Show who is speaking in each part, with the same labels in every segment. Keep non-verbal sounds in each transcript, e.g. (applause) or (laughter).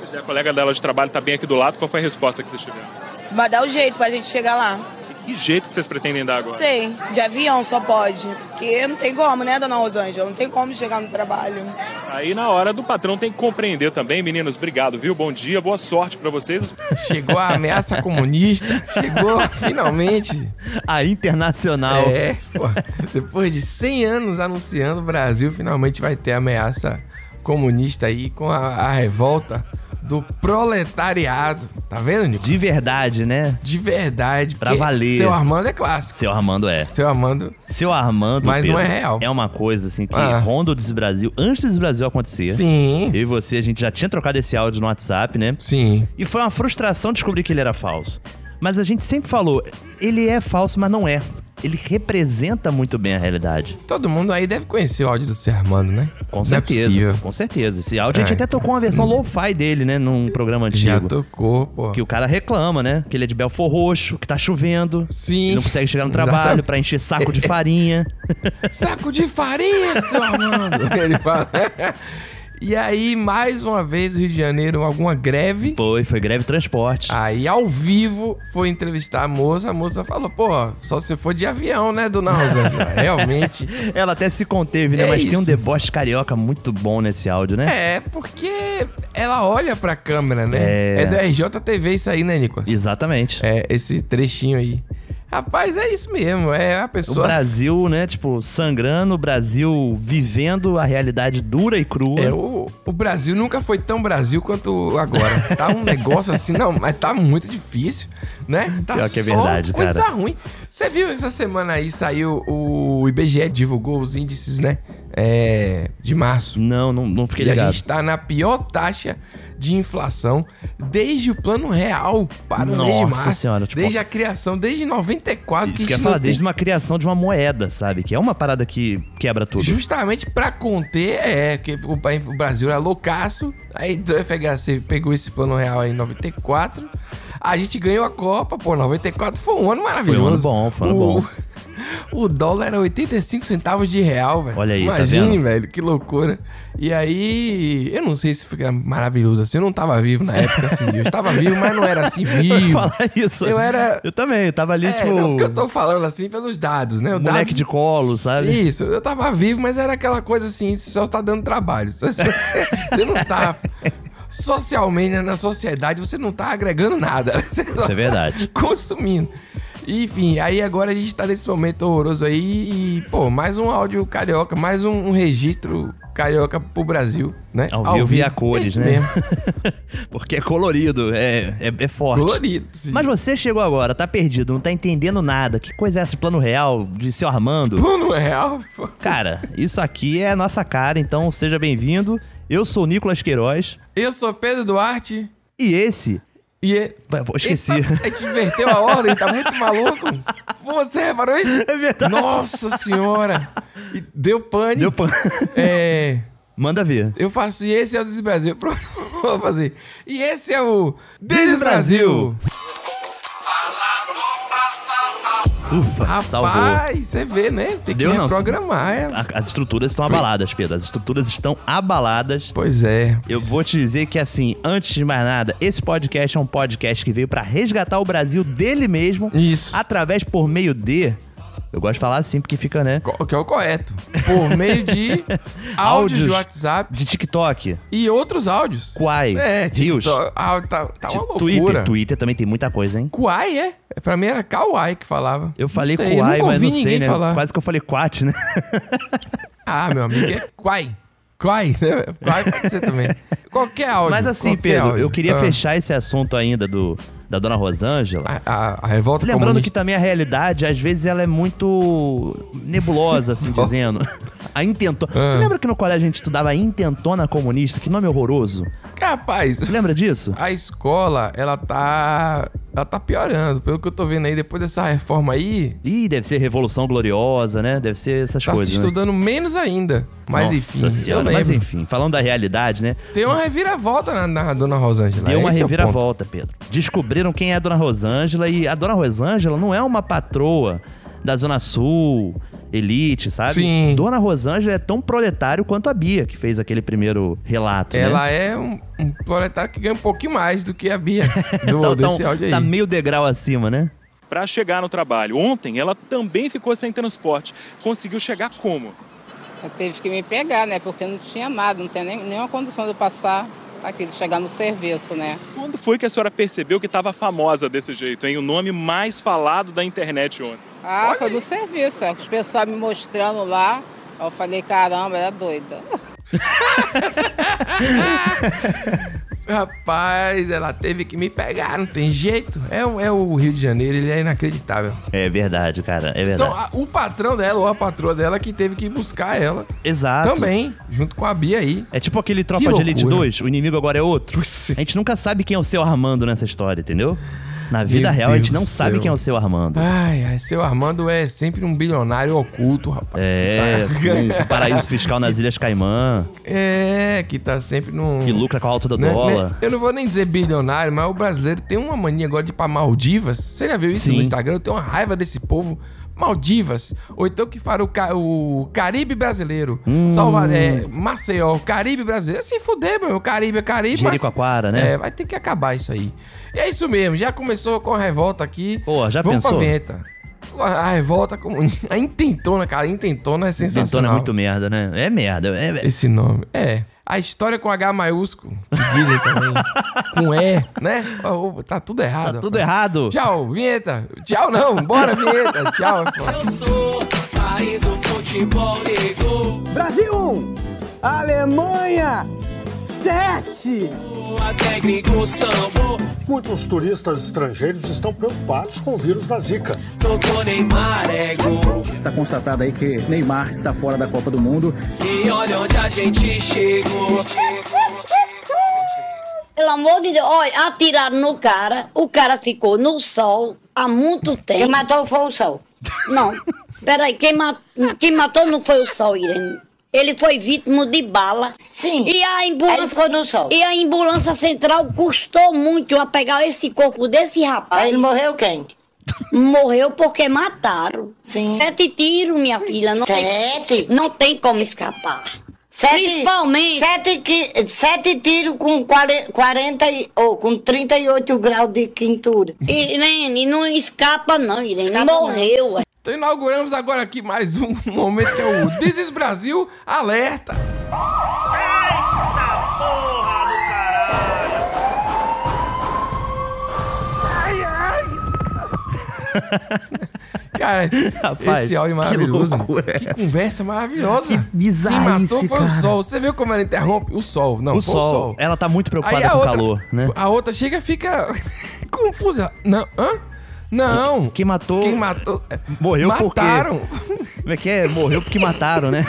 Speaker 1: Pois é, a colega dela de trabalho está bem aqui do lado. Qual foi a resposta que vocês tiveram?
Speaker 2: Vai dar o jeito pra gente chegar lá.
Speaker 1: Que jeito que vocês pretendem dar agora?
Speaker 2: Sei, de avião só pode. Porque não tem como, né, dona Rosângela? Não tem como chegar no trabalho.
Speaker 1: Aí na hora do patrão tem que compreender também, meninos. Obrigado, viu? Bom dia, boa sorte pra vocês.
Speaker 3: Chegou a ameaça comunista. Chegou, finalmente.
Speaker 4: (laughs) A internacional.
Speaker 3: É, pô. Depois de 100 anos anunciando, o Brasil finalmente vai ter a ameaça comunista aí com a, a revolta do proletariado. Tá vendo, Nico?
Speaker 4: De verdade, né?
Speaker 3: De verdade.
Speaker 4: Pra
Speaker 3: porque
Speaker 4: valer.
Speaker 3: Seu Armando é clássico.
Speaker 4: Seu Armando é.
Speaker 3: Seu Armando...
Speaker 4: Seu Armando.
Speaker 3: Mas não
Speaker 4: Pedro,
Speaker 3: é real.
Speaker 4: É uma coisa assim que
Speaker 3: Ah.
Speaker 4: ronda o Brasil antes do Brasil acontecer.
Speaker 3: Sim,
Speaker 4: Eu e você, a gente já tinha trocado esse áudio no WhatsApp, né?
Speaker 3: sim.
Speaker 4: E foi uma frustração descobrir que ele era falso. Mas a gente sempre falou, ele é falso, mas não é. Ele representa muito bem a realidade.
Speaker 3: Todo mundo aí deve conhecer o áudio do Seu Armando, né?
Speaker 4: Com
Speaker 3: Não é
Speaker 4: certeza.
Speaker 3: possível.
Speaker 4: com certeza. Esse áudio a gente
Speaker 3: É.
Speaker 4: até tocou uma versão lo-fi dele, né? Num programa
Speaker 3: Já
Speaker 4: antigo.
Speaker 3: tocou, pô.
Speaker 4: Que o cara reclama, né? Que ele é de Belfor Roxo, que tá chovendo.
Speaker 3: Sim.
Speaker 4: que Não consegue chegar no trabalho
Speaker 3: Exatamente.
Speaker 4: pra encher saco de
Speaker 3: (laughs)
Speaker 4: farinha.
Speaker 3: Saco de farinha, seu Armando! (laughs) Ele fala. E aí, mais uma vez, o Rio de Janeiro, alguma greve.
Speaker 4: Foi, foi greve transporte.
Speaker 3: Aí, ao vivo, foi entrevistar a moça. A moça falou: pô, só se for de avião, né, dona Rosângela? Realmente. (laughs)
Speaker 4: Ela até se conteve, né?
Speaker 3: É
Speaker 4: Mas tem um
Speaker 3: isso.
Speaker 4: deboche carioca muito bom nesse áudio, né?
Speaker 3: É, porque ela olha pra câmera, né?
Speaker 4: É.
Speaker 3: É, do RJTV isso aí, né, Nicolas?
Speaker 4: Exatamente.
Speaker 3: É, esse trechinho aí. Rapaz, é isso mesmo. É a
Speaker 4: O
Speaker 3: pessoa.
Speaker 4: Brasil, né? Tipo, sangrando, o Brasil vivendo a realidade dura e crua.
Speaker 3: É, o, o Brasil nunca foi tão Brasil quanto agora. Tá um negócio assim, não, mas tá muito difícil, né? Tá
Speaker 4: Pior que é
Speaker 3: só
Speaker 4: verdade,
Speaker 3: coisa
Speaker 4: cara.
Speaker 3: ruim. Você viu que essa semana aí saiu o IBGE divulgou os índices, né? É, de março.
Speaker 4: Não, não, não fiquei
Speaker 3: e a
Speaker 4: ligado.
Speaker 3: gente tá na pior taxa de inflação desde o plano real para o mês de
Speaker 4: Nossa
Speaker 3: março.
Speaker 4: senhora, tipo-
Speaker 3: desde a criação, desde 94
Speaker 4: Isso
Speaker 3: a
Speaker 4: que eu ia
Speaker 3: gente
Speaker 4: falar,
Speaker 3: não tem-
Speaker 4: desde uma criação de uma moeda, sabe? Que é uma parada que quebra tudo. (laughs)
Speaker 3: Justamente pra conter, é, porque o, pa- o Brasil era loucaço, aí do FHC pegou esse plano real aí em 94, a gente ganhou a Copa, pô, 94 foi um ano maravilhoso.
Speaker 4: Foi um ano bom, foi um ano
Speaker 3: O-
Speaker 4: bom.
Speaker 3: (laughs) O dólar era 85 centavos de real, velho.
Speaker 4: Olha aí, tá
Speaker 3: Imagine,
Speaker 4: vendo?
Speaker 3: velho, que loucura. E aí, eu não sei se fica maravilhoso assim, eu não tava vivo na época assim, eu estava vivo, mas não era
Speaker 4: (laughs)
Speaker 3: assim vivo.
Speaker 4: Falar isso.
Speaker 3: Eu era-
Speaker 4: Eu também, eu tava ali,
Speaker 3: É,
Speaker 4: tipo.
Speaker 3: não, porque eu tô falando assim pelos dados, né? O
Speaker 4: moleque
Speaker 3: dados
Speaker 4: de colo, sabe?
Speaker 3: isso, eu tava vivo, mas era aquela coisa assim, você só tá dando trabalho. (laughs) Você você não tá. Socialmente, né, na sociedade, você não tá agregando nada. (laughs) Você só
Speaker 4: Isso é verdade.
Speaker 3: tá consumindo. Enfim, aí agora a gente tá nesse momento horroroso aí e, pô, mais um áudio carioca, mais um, um registro carioca pro Brasil, né?
Speaker 4: Ao vivo e a cores,
Speaker 3: isso
Speaker 4: né?
Speaker 3: Mesmo.
Speaker 4: (laughs) Porque é colorido, é, é, é forte.
Speaker 3: Colorido. sim.
Speaker 4: Mas você chegou agora, tá perdido, não tá entendendo nada. Que coisa é essa de plano real, de seu Armando?
Speaker 3: Pô, não é real? Pô.
Speaker 4: Cara, isso aqui é a nossa cara, então seja bem-vindo. Eu sou o Nicolas Queiroz
Speaker 3: Eu sou Pedro Duarte
Speaker 4: e esse.
Speaker 3: e. é-
Speaker 4: Pô, pô, Esqueci.
Speaker 3: Eita, a gente inverteu a ordem, tá muito maluco. Pô, Você reparou isso?
Speaker 4: É verdade.
Speaker 3: Nossa senhora! E deu pânico.
Speaker 4: (laughs) Deu pan- (laughs)
Speaker 3: É.
Speaker 4: Manda ver.
Speaker 3: Eu faço e esse é o Desis Brasil. (laughs) Pronto, vou fazer. E esse é o Desis Brasil.
Speaker 4: Ufa, salvou.
Speaker 3: Rapaz, você vê, né? Tem que
Speaker 4: Deu não. Ah.
Speaker 3: reprogramar. É.
Speaker 4: A- As estruturas estão abaladas, Pedro. As estruturas estão abaladas.
Speaker 3: Pois é.
Speaker 4: Eu vou te dizer que, assim, antes de mais nada, esse podcast é um podcast que veio pra resgatar o Brasil dele mesmo.
Speaker 3: Isso.
Speaker 4: Através, por meio de. Eu gosto de falar assim porque fica, né?
Speaker 3: Co- Que é o correto. Por meio
Speaker 4: (laughs)
Speaker 3: de áudios de
Speaker 4: Áudios.
Speaker 3: WhatsApp
Speaker 4: De TikTok,
Speaker 3: e outros áudios.
Speaker 4: Quai,
Speaker 3: É,
Speaker 4: Rios,
Speaker 3: TikTok. Ah, tá, tá uma
Speaker 4: de
Speaker 3: loucura.
Speaker 4: Twitter. Twitter também tem muita coisa, hein?
Speaker 3: Kwai, é? Pra mim era Kawai que falava.
Speaker 4: Eu falei
Speaker 3: sei, eu
Speaker 4: Kwai,
Speaker 3: nunca
Speaker 4: mas
Speaker 3: ouvi
Speaker 4: não sei,
Speaker 3: ninguém
Speaker 4: né?
Speaker 3: falar.
Speaker 4: Quase que eu falei Quat, né?
Speaker 3: Ah, meu amigo, é Kwai. Kwai, né? Kwai pode ser
Speaker 4: (laughs)
Speaker 3: também. Qualquer áudio.
Speaker 4: Mas assim,
Speaker 3: qualquer
Speaker 4: Pedro,
Speaker 3: áudio.
Speaker 4: eu queria
Speaker 3: Ah,
Speaker 4: fechar esse assunto ainda do da Dona Rosângela.
Speaker 3: A, a- a revolta
Speaker 4: Lembrando que
Speaker 3: comunista.
Speaker 4: também a realidade, às vezes, ela é muito
Speaker 3: (laughs)
Speaker 4: nebulosa, assim dizendo. A intentona.
Speaker 3: Ah.
Speaker 4: Tu lembra que no colégio a gente estudava a intentona comunista? Que tá- nome horroroso.
Speaker 3: Capaz,
Speaker 4: Tu lembra disso?
Speaker 3: a escola, ela tá... Ela tá piorando. Pelo que eu tô vendo aí, depois dessa reforma aí,
Speaker 4: Ih, deve ser Revolução Gloriosa, né? Deve ser essas
Speaker 3: tá
Speaker 4: coisas.
Speaker 3: se
Speaker 4: né?
Speaker 3: estudando menos ainda. Mas
Speaker 4: Nossa
Speaker 3: enfim, eu
Speaker 4: senhora,
Speaker 3: lembro.
Speaker 4: mas enfim, falando da realidade, né?
Speaker 3: Tem uma reviravolta na, na Dona Rosângela.
Speaker 4: Deu uma
Speaker 3: esse é o ponto.
Speaker 4: reviravolta, Pedro. Descobriram quem é a Dona Rosângela e a Dona Rosângela não é uma patroa da Zona Sul, elite, sabe?
Speaker 3: Sim.
Speaker 4: Dona Rosângela é tão proletário quanto a Bia, que fez aquele primeiro relato, né?
Speaker 3: Ela é um, um proletário que ganha um pouquinho mais do que a
Speaker 4: (laughs)
Speaker 3: Bia do,
Speaker 4: Então,
Speaker 3: desse
Speaker 4: tá um-
Speaker 3: áudio aí.
Speaker 4: tá meio degrau acima, né?
Speaker 1: para chegar no trabalho. Ontem ela também ficou sem transporte. Conseguiu chegar como?
Speaker 5: Eu Teve que me pegar, né? Porque não tinha nada, não tem nem, nenhuma condição de eu passar aqui, de chegar no serviço, né?
Speaker 1: Quando foi que a senhora percebeu que estava famosa desse jeito, hein? O nome mais falado da internet ontem.
Speaker 5: Ah, foi no serviço, ó, os pessoal me mostrando lá. Eu falei, caramba, era doida.
Speaker 3: Rapaz, ela teve que me pegar, não tem jeito. É, o- é o Rio de Janeiro, ele é inacreditável.
Speaker 4: É verdade, cara. É verdade.
Speaker 3: Então, a- o patrão dela, ou a patroa dela, que teve que buscar ela
Speaker 4: Exato.
Speaker 3: também, junto com a Bia aí.
Speaker 4: É tipo aquele Tropa
Speaker 3: Que
Speaker 4: de Elite
Speaker 3: loucura.
Speaker 4: 2, o inimigo agora é outro.
Speaker 3: Puxa.
Speaker 4: A gente nunca sabe quem é o seu Armando nessa história, entendeu? Na vida
Speaker 3: Meu
Speaker 4: real, a gente
Speaker 3: Deus
Speaker 4: não
Speaker 3: do
Speaker 4: sabe
Speaker 3: céu.
Speaker 4: quem é o seu Armando.
Speaker 3: Ai, ai, seu Armando é sempre um bilionário oculto, rapaz.
Speaker 4: É,
Speaker 3: que tá,
Speaker 4: um paraíso fiscal nas Ilhas Caimã,
Speaker 3: (laughs) é, que tá sempre num.
Speaker 4: que lucra com a alta do
Speaker 3: né,
Speaker 4: dólar.
Speaker 3: né? Eu não vou nem dizer bilionário, mas o brasileiro tem uma mania agora de ir pra Maldivas. Você já viu isso
Speaker 4: Sim.
Speaker 3: no Instagram? Eu tenho uma raiva desse povo. Maldivas. Ou então que fala o, Ca- o Caribe brasileiro.
Speaker 4: Hum.
Speaker 3: Salva, é, Maceió, Caribe brasileiro. Se fuder, meu. Caribe é Caribe. mas-
Speaker 4: Jericoacoara, né?
Speaker 3: É, vai ter que acabar isso aí. E é isso mesmo. Já começou com a revolta aqui.
Speaker 4: Pô, já
Speaker 3: Vamos
Speaker 4: pensou?
Speaker 3: pra vinheta. A a revolta comunista. (laughs) A intentona, cara. A intentona é
Speaker 4: Detona
Speaker 3: sensacional.
Speaker 4: é muito merda, né? É merda. é- é-
Speaker 3: Esse nome. É. A história com H maiúsculo, que dizem também. (laughs) com E, né? Ó, ó, Tá tudo errado.
Speaker 4: Tá tudo
Speaker 3: rapaz.
Speaker 4: errado.
Speaker 3: Tchau, vinheta. Tchau, não. Bora, vinheta. Tchau. é foda.
Speaker 6: Brasil 1, Alemanha 7.
Speaker 7: Muitos turistas estrangeiros estão preocupados com o vírus da Zika.
Speaker 8: Está constatado aí que Neymar está fora da Copa do Mundo.
Speaker 9: E olha onde a gente chegou.
Speaker 10: Pelo amor de Deus, olha, atiraram no cara, o cara ficou no sol há muito tempo. Quem matou foi o sol. Não, peraí, quem, ma- quem matou não foi o sol, Irene. Ele foi vítima de bala. Sim. E a ambulância.
Speaker 5: Ele ficou no sol.
Speaker 10: E a ambulância central custou muito a pegar esse corpo desse rapaz.
Speaker 5: Aí ele morreu quem?
Speaker 10: Morreu porque mataram.
Speaker 5: Sim.
Speaker 10: Sete tiros, minha filha. Não
Speaker 5: Sete?
Speaker 10: Tem, não tem como escapar. Principalmente.
Speaker 5: Sete, ti- sete tiros com 40, 40 e- ou com 38 graus de quintura.
Speaker 10: Irene, não escapa não, Irene.
Speaker 5: Escapa não.
Speaker 10: Morreu. ué.
Speaker 3: Então inauguramos agora aqui mais um (laughs) momento que é o This is Brasil Alerta. Cara,
Speaker 4: (laughs) Rapaz,
Speaker 3: esse áudio
Speaker 4: que
Speaker 3: maravilhoso.
Speaker 4: loucura é
Speaker 3: Que, conversa maravilhosa.
Speaker 4: Que bizarrice,
Speaker 3: Quem matou foi o
Speaker 4: cara.
Speaker 3: sol. Você viu como ela interrompe? O sol. Não,
Speaker 4: O
Speaker 3: foi
Speaker 4: sol.
Speaker 3: o sol.
Speaker 4: Ela tá muito preocupada
Speaker 3: Aí a
Speaker 4: com o
Speaker 3: outra-
Speaker 4: calor, né?
Speaker 3: A outra chega e fica (laughs) confusa. Não, hã? Não.
Speaker 4: Quem matou-
Speaker 3: Quem matou.
Speaker 4: Morreu porque-
Speaker 3: Mataram.
Speaker 4: Como é que é? Morreu porque
Speaker 3: (laughs)
Speaker 4: mataram, né?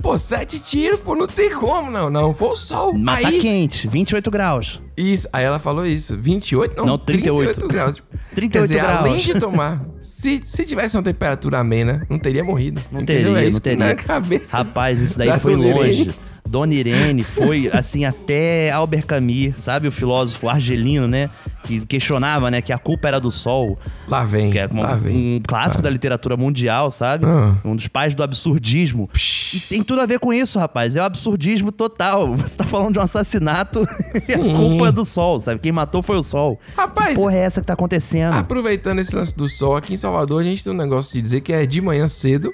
Speaker 3: Pô, sete tiros, pô, não tem como, não, não. Foi o sol.
Speaker 4: Mas tá
Speaker 3: aí,
Speaker 4: quente, 28 graus.
Speaker 3: isso, aí ela falou isso. 28? Não,
Speaker 4: Não, 38.
Speaker 3: graus. Tipo,
Speaker 4: 38
Speaker 3: quer dizer,
Speaker 4: graus.
Speaker 3: além de tomar, se, se tivesse uma temperatura amena, não teria morrido.
Speaker 4: Não
Speaker 3: entendeu?
Speaker 4: teria,
Speaker 3: É
Speaker 4: não
Speaker 3: isso que
Speaker 4: teria.
Speaker 3: Na cabeça.
Speaker 4: Rapaz, isso daí
Speaker 3: da
Speaker 4: foi
Speaker 3: Dona Irene.
Speaker 4: longe. Dona Irene foi, assim, até Albert Camus, sabe? O filósofo argelino, né? Que questionava, né? Que a culpa era do sol.
Speaker 3: Lá vem,
Speaker 4: Que é uma-
Speaker 3: lá Ah, vem.
Speaker 4: um clássico da literatura mundial, sabe?
Speaker 3: Ah.
Speaker 4: Um dos pais do absurdismo. E tem tudo a ver com isso, rapaz. É o absurdismo total. (laughs) Você tá falando de um assassinato (laughs) e a
Speaker 3: Sim.
Speaker 4: culpa é do sol, sabe? Quem matou foi o sol.
Speaker 3: Rapaz,
Speaker 4: Que porra é essa que tá acontecendo?
Speaker 3: Aproveitando esse lance do sol, aqui em Salvador a gente tem um negócio de dizer que é de manhã cedo.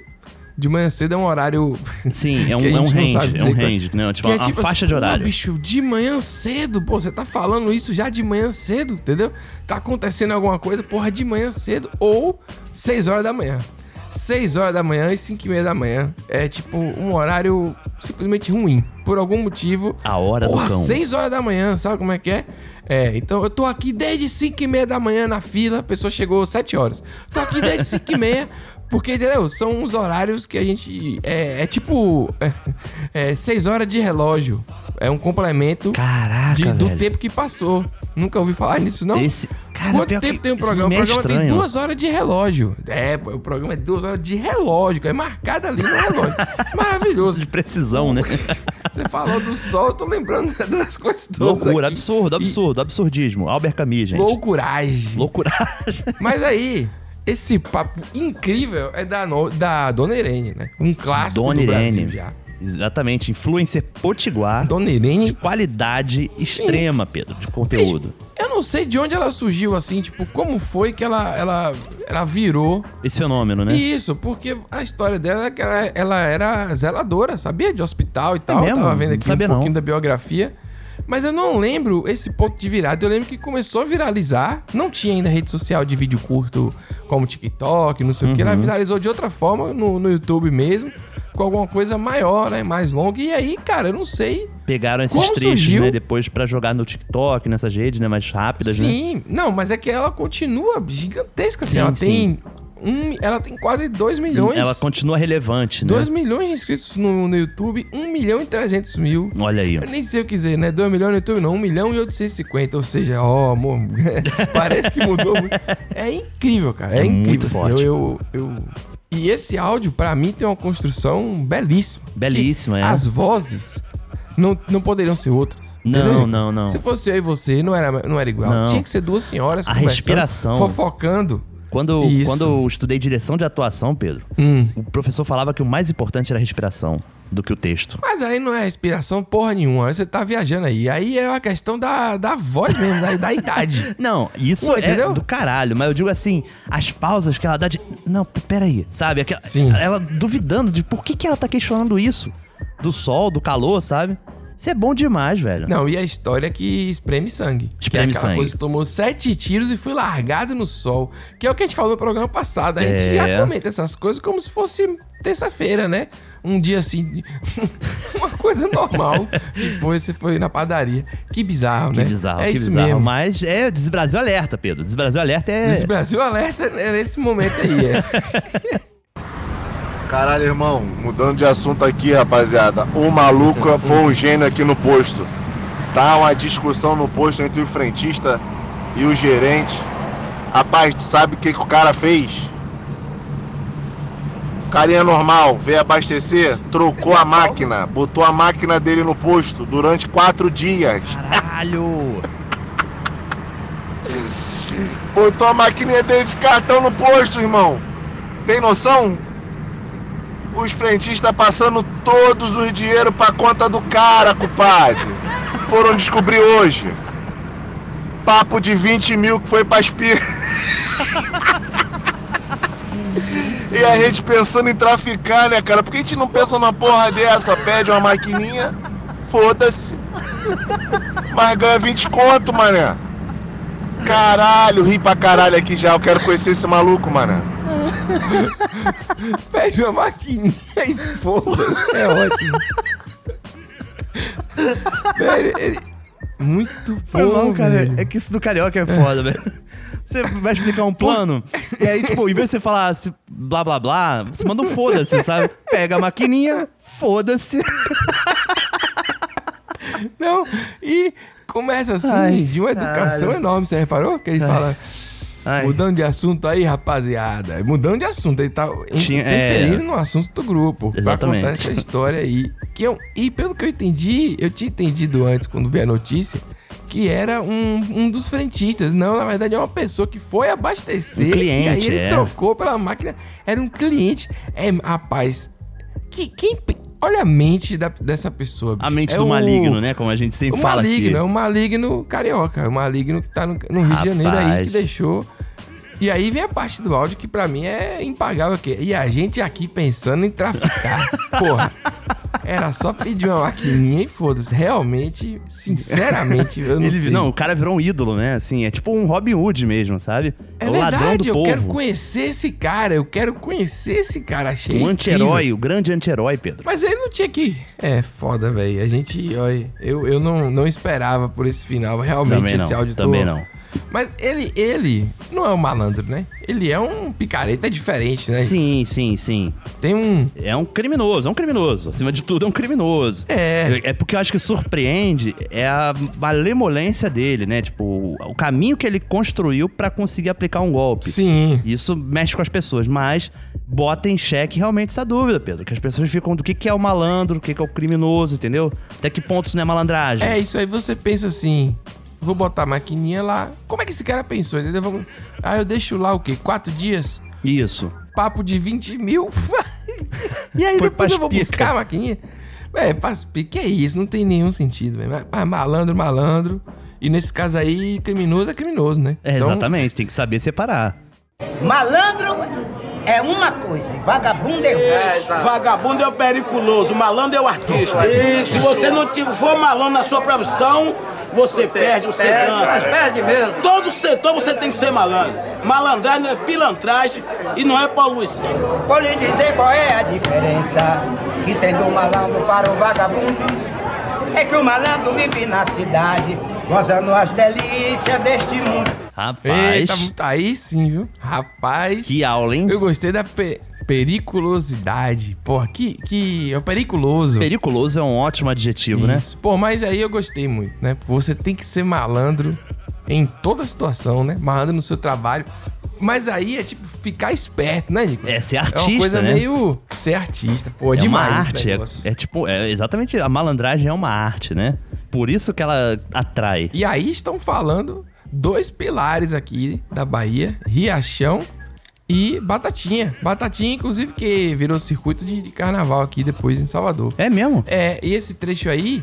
Speaker 3: De manhã cedo é um horário.
Speaker 4: Sim, é um-
Speaker 3: que a
Speaker 4: é um
Speaker 3: gente não
Speaker 4: range,
Speaker 3: sabe
Speaker 4: é
Speaker 3: dizer
Speaker 4: um
Speaker 3: qual
Speaker 4: range, né? Tipo,
Speaker 3: Que
Speaker 4: uma faixa
Speaker 3: assim,
Speaker 4: de
Speaker 3: pô,
Speaker 4: horário.
Speaker 3: um bicho, de manhã cedo, pô, você tá falando isso já de manhã cedo, entendeu? Tá acontecendo alguma coisa, porra, de manhã cedo ou 6 horas da manhã. 6 horas da manhã e 5 e meia da manhã. É tipo um horário simplesmente ruim. Por algum motivo.
Speaker 4: A hora do
Speaker 3: porra,
Speaker 4: cão.
Speaker 3: 6 horas da manhã, sabe como é que é? É, então eu tô aqui desde 5 e meia da manhã na fila, a pessoa chegou 7 horas. Tô aqui desde 5 e meia, porque, entendeu? São uns horários que a gente. É, é tipo. É, é 6 horas de relógio. É um complemento
Speaker 4: Caraca,
Speaker 3: de- do
Speaker 4: velho.
Speaker 3: tempo que passou. Nunca ouvi falar nisso, não?
Speaker 4: Esse- cara,
Speaker 3: Quanto
Speaker 4: pior
Speaker 3: tempo
Speaker 4: que
Speaker 3: tem um
Speaker 4: esse
Speaker 3: programa? O
Speaker 4: nome é
Speaker 3: programa tem
Speaker 4: estranho.
Speaker 3: duas horas de relógio. É, pô, o programa é duas horas de relógio, que é marcado ali no
Speaker 4: (laughs)
Speaker 3: relógio. Maravilhoso.
Speaker 4: De precisão, né? (laughs)
Speaker 3: (laughs) Você falou do sol, eu tô lembrando (laughs) das coisas todas.
Speaker 4: Loucura,
Speaker 3: aqui.
Speaker 4: absurdo, absurdo, absurdismo. Albert Camus, gente.
Speaker 3: Loucuragem.
Speaker 4: Loucura.
Speaker 3: Mas aí, Esse papo incrível é da, no- da Dona Irene, né? Um clássico
Speaker 4: Dona
Speaker 3: do Brasil
Speaker 4: Irene.
Speaker 3: já.
Speaker 4: Exatamente, influencer potiguar.
Speaker 3: Dona Irene
Speaker 4: De qualidade extrema, Pedro, de conteúdo.
Speaker 3: Eu não sei de onde ela surgiu, assim, tipo, como foi que ela, ela, ela virou.
Speaker 4: Esse fenômeno, né?
Speaker 3: Isso, porque a história dela é que ela, ela era zeladora, sabia? De hospital e tal.
Speaker 4: É mesmo?
Speaker 3: Tava vendo
Speaker 4: Não
Speaker 3: aqui
Speaker 4: sabia
Speaker 3: um
Speaker 4: não.
Speaker 3: pouquinho da biografia. Mas eu não lembro esse ponto de virada. Eu lembro que começou a viralizar. Não tinha ainda rede social de vídeo curto como TikTok, não sei o que.
Speaker 4: Uhum.
Speaker 3: Ela viralizou de outra forma no, no YouTube mesmo, com alguma coisa maior, né? Mais longa. E aí, cara, eu não sei
Speaker 4: Pegaram esses
Speaker 3: Como
Speaker 4: trechos,
Speaker 3: surgiu?
Speaker 4: né? Depois pra jogar no TikTok, nessas redes, né? Mais rápidas, né?
Speaker 3: Sim, não, mas é que ela continua gigantesca, assim.
Speaker 4: Sim,
Speaker 3: ela
Speaker 4: sim.
Speaker 3: tem. Um, ela tem quase 2 milhões.
Speaker 4: Ela continua relevante, né?
Speaker 3: 2 milhões de inscritos no, no YouTube, 1 milhão e 300 mil.
Speaker 4: Olha aí. ó.
Speaker 3: Eu nem sei o que dizer, né? 2 milhões no YouTube, não. 1 milhão e 850. Ou seja, ó, amor. (laughs) parece que mudou muito. É incrível, cara. É,
Speaker 4: É
Speaker 3: incrível.
Speaker 4: muito
Speaker 3: assim,
Speaker 4: forte.
Speaker 3: Eu, eu, eu- E esse áudio, pra mim, tem uma construção belíssima.
Speaker 4: Belíssima,
Speaker 3: Que
Speaker 4: é.
Speaker 3: As vozes não, não poderiam ser outras.
Speaker 4: Não,
Speaker 3: entendeu?
Speaker 4: não, não.
Speaker 3: Se fosse eu e você, não era, não era igual.
Speaker 4: Não.
Speaker 3: Tinha que ser duas senhoras
Speaker 4: A
Speaker 3: conversando,
Speaker 4: respiração.
Speaker 3: fofocando.
Speaker 4: Quando,
Speaker 3: Isso.
Speaker 4: quando eu estudei direção de atuação, Pedro,
Speaker 3: Hum.
Speaker 4: o professor falava que o mais importante era a respiração do que o texto.
Speaker 3: Mas aí não é respiração porra nenhuma. Aí você tá viajando aí. Aí é uma questão da, da voz mesmo, da, da
Speaker 4: (laughs)
Speaker 3: idade.
Speaker 4: Não, isso
Speaker 3: Ué,
Speaker 4: é
Speaker 3: entendeu?
Speaker 4: do caralho, mas eu digo assim, as pausas que ela dá de. Não, p- peraí, sabe? Aquela,
Speaker 3: Sim.
Speaker 4: Ela duvidando de por que, que ela tá questionando isso. Do sol, do calor, sabe? Isso é bom demais, velho.
Speaker 3: Não, e a história que espreme sangue.
Speaker 4: Espreme
Speaker 3: que é aquela
Speaker 4: sangue.
Speaker 3: coisa que tomou sete tiros e foi largado no sol. Que é o que a gente falou no programa passado. A gente
Speaker 4: É.
Speaker 3: já comenta essas coisas como se fosse terça-feira, né? Um dia assim. (laughs) uma coisa normal. que foi, você foi na padaria. Que bizarro,
Speaker 4: que
Speaker 3: né?
Speaker 4: bizarro,
Speaker 3: é
Speaker 4: que
Speaker 3: isso
Speaker 4: bizarro.
Speaker 3: mesmo.
Speaker 4: Mas é Desbrasil Alerta, Pedro. Desbrasil Alerta é.
Speaker 3: Esse Brasil alerta né, nesse momento aí. É.
Speaker 11: Caralho, irmão, mudando de assunto aqui, rapaziada. O maluco foi um gênio aqui no posto. Tá uma discussão no posto entre o frentista e o gerente. Rapaz, tu sabe o que, que o cara fez? Carinha normal, veio abastecer, trocou a máquina, botou a máquina dele no posto durante quatro dias.
Speaker 4: Caralho!
Speaker 11: Botou então a maquininha é dele de cartão no posto, irmão. Tem noção? Os frentistas passando todos os dinheiro pra conta do cara, compadre. Foram descobrir hoje. Papo de 20 mil que foi pra espirra. (laughs) E a gente pensando em traficar, né, cara? Por que a gente não pensa numa porra dessa? Pede uma maquininha, foda-se. Mas ganha 20 conto, mané. Caralho, ri pra caralho aqui já. Eu quero conhecer esse maluco, mané.
Speaker 3: Pede uma maquininha e foda-se. É ótimo. Velho, ele... Muito bom,
Speaker 4: Foi bom, cara.
Speaker 3: velho.
Speaker 4: É que isso do carioca é foda, velho. Você vai explicar um plano, e aí, tipo, em vez de você falar assim, blá blá blá, você manda um foda-se, sabe? Pega a maquininha, foda-se.
Speaker 3: Não, e começa assim,
Speaker 4: Ai,
Speaker 3: de uma educação
Speaker 4: caralho.
Speaker 3: enorme. Você reparou que ele fala...
Speaker 4: Ai.
Speaker 3: Mudando de assunto aí, rapaziada. Mudando de assunto, ele tá in-
Speaker 4: Tinha-
Speaker 3: interferindo
Speaker 4: é.
Speaker 3: no assunto do grupo.
Speaker 4: Exatamente.
Speaker 3: Pra contar essa história aí. Que eu, e pelo que eu entendi, eu tinha entendido antes, quando vi a notícia, que era um, um dos frentistas. Não, na verdade, é uma pessoa que foi abastecer.
Speaker 4: Um cliente,
Speaker 3: e aí ele
Speaker 4: é.
Speaker 3: trocou pela máquina. Era um cliente. É, rapaz, que, quem. pe- Olha a mente da- dessa pessoa. bicho.
Speaker 4: A mente
Speaker 3: É
Speaker 4: do
Speaker 3: o-
Speaker 4: maligno, né? Como a gente sempre
Speaker 3: o
Speaker 4: fala
Speaker 3: maligno, é
Speaker 4: aqui.
Speaker 3: um maligno carioca, é um maligno que tá no, no Rio de Janeiro aí,
Speaker 4: Rapaz.
Speaker 3: que deixou. E aí vem a parte do áudio que pra mim é impagável aqui. E a gente aqui pensando em
Speaker 4: (laughs)
Speaker 3: traficar. Porra. Era só pedir uma maquininha e foda-se. Realmente, sinceramente, eu não
Speaker 4: Ele-
Speaker 3: sei.
Speaker 4: não, o cara virou um ídolo, né? Assim, é tipo um Robin Hood mesmo, sabe?
Speaker 3: é
Speaker 4: o ladrão do
Speaker 3: verdade, eu
Speaker 4: povo.
Speaker 3: quero conhecer esse cara. Eu quero conhecer esse cara, achei.
Speaker 4: Um
Speaker 3: incrível.
Speaker 4: anti-herói, o grande anti-herói, Pedro.
Speaker 3: Mas ele não tinha que. É, foda, velho. A gente, olha, eu, eu não, não esperava por esse final. Realmente,
Speaker 4: Também
Speaker 3: esse
Speaker 4: não,
Speaker 3: áudio
Speaker 4: também não.
Speaker 3: Mas ele, ele não é um malandro, né? Ele é um picareta diferente, né?
Speaker 4: Sim, sim, sim.
Speaker 3: Tem um.
Speaker 4: É um criminoso, é um criminoso. Acima de tudo, é um criminoso.
Speaker 3: É.
Speaker 4: É porque eu acho que surpreende é a malemolência dele, né? Tipo, o o caminho que ele construiu pra conseguir aplicar um golpe.
Speaker 3: Sim.
Speaker 4: Isso mexe com as pessoas, mas bota em xeque realmente essa dúvida, Pedro. Que as pessoas ficam do que, que é o malandro, o que, que é o criminoso, entendeu? Até que ponto isso não é malandragem.
Speaker 3: É, isso aí você pensa assim. vou botar a maquininha lá. Como é que esse cara pensou? Entendeu? Vamos... Ah, eu deixo lá o quê? Quatro dias?
Speaker 4: Isso.
Speaker 3: Papo de 20 mil? (laughs) e aí
Speaker 4: Foi
Speaker 3: depois eu vou
Speaker 4: paspica.
Speaker 3: buscar a maquininha? É, paspica, que é isso? Não tem nenhum sentido, velho. Mas- Mas malandro, malandro. E nesse caso aí, criminoso é criminoso, né?
Speaker 4: É, exatamente, tem que saber separar.
Speaker 12: Malandro é uma coisa, e vagabundo é outra.
Speaker 13: Vagabundo é o periculoso, malandro é o artista.
Speaker 12: Isso.
Speaker 13: Se você não ti- for malandro na sua profissão, você, perde o
Speaker 14: perde, mas
Speaker 13: segurança.
Speaker 14: perde mesmo.
Speaker 13: Todo setor você tem que ser malandro. Malandragem é pilantragem e não é poluição.
Speaker 12: Vou lhe dizer qual é a diferença que tem do malandro para o vagabundo. É que o malandro vive na cidade, gozando as delícias deste mundo.
Speaker 4: Rapaz.
Speaker 3: Eita, tá aí sim, viu? Rapaz. Que
Speaker 4: aula, hein?
Speaker 3: Eu gostei da pe- periculosidade. Porra, que, que. É periculoso.
Speaker 4: Periculoso é um ótimo adjetivo,
Speaker 3: Isso. Pô, mas aí eu gostei muito, né? Você tem que ser malandro em toda situação, né? Malandro no seu trabalho. Mas aí é tipo ficar esperto, né, Nico?
Speaker 4: É, ser
Speaker 3: É uma
Speaker 4: artista,
Speaker 3: coisa
Speaker 4: né?
Speaker 3: meio ser artista, pô, é,
Speaker 4: é
Speaker 3: demais.
Speaker 4: uma
Speaker 3: esse
Speaker 4: arte,
Speaker 3: negócio.
Speaker 4: é, é tipo, é exatamente, a malandragem é uma arte, né? Por isso que ela atrai.
Speaker 3: E aí estão falando dois pilares aqui da Bahia, Riachão e Batatinha. Batatinha, inclusive, que virou circuito de, de carnaval aqui depois em Salvador.
Speaker 4: É mesmo?
Speaker 3: É, e esse trecho aí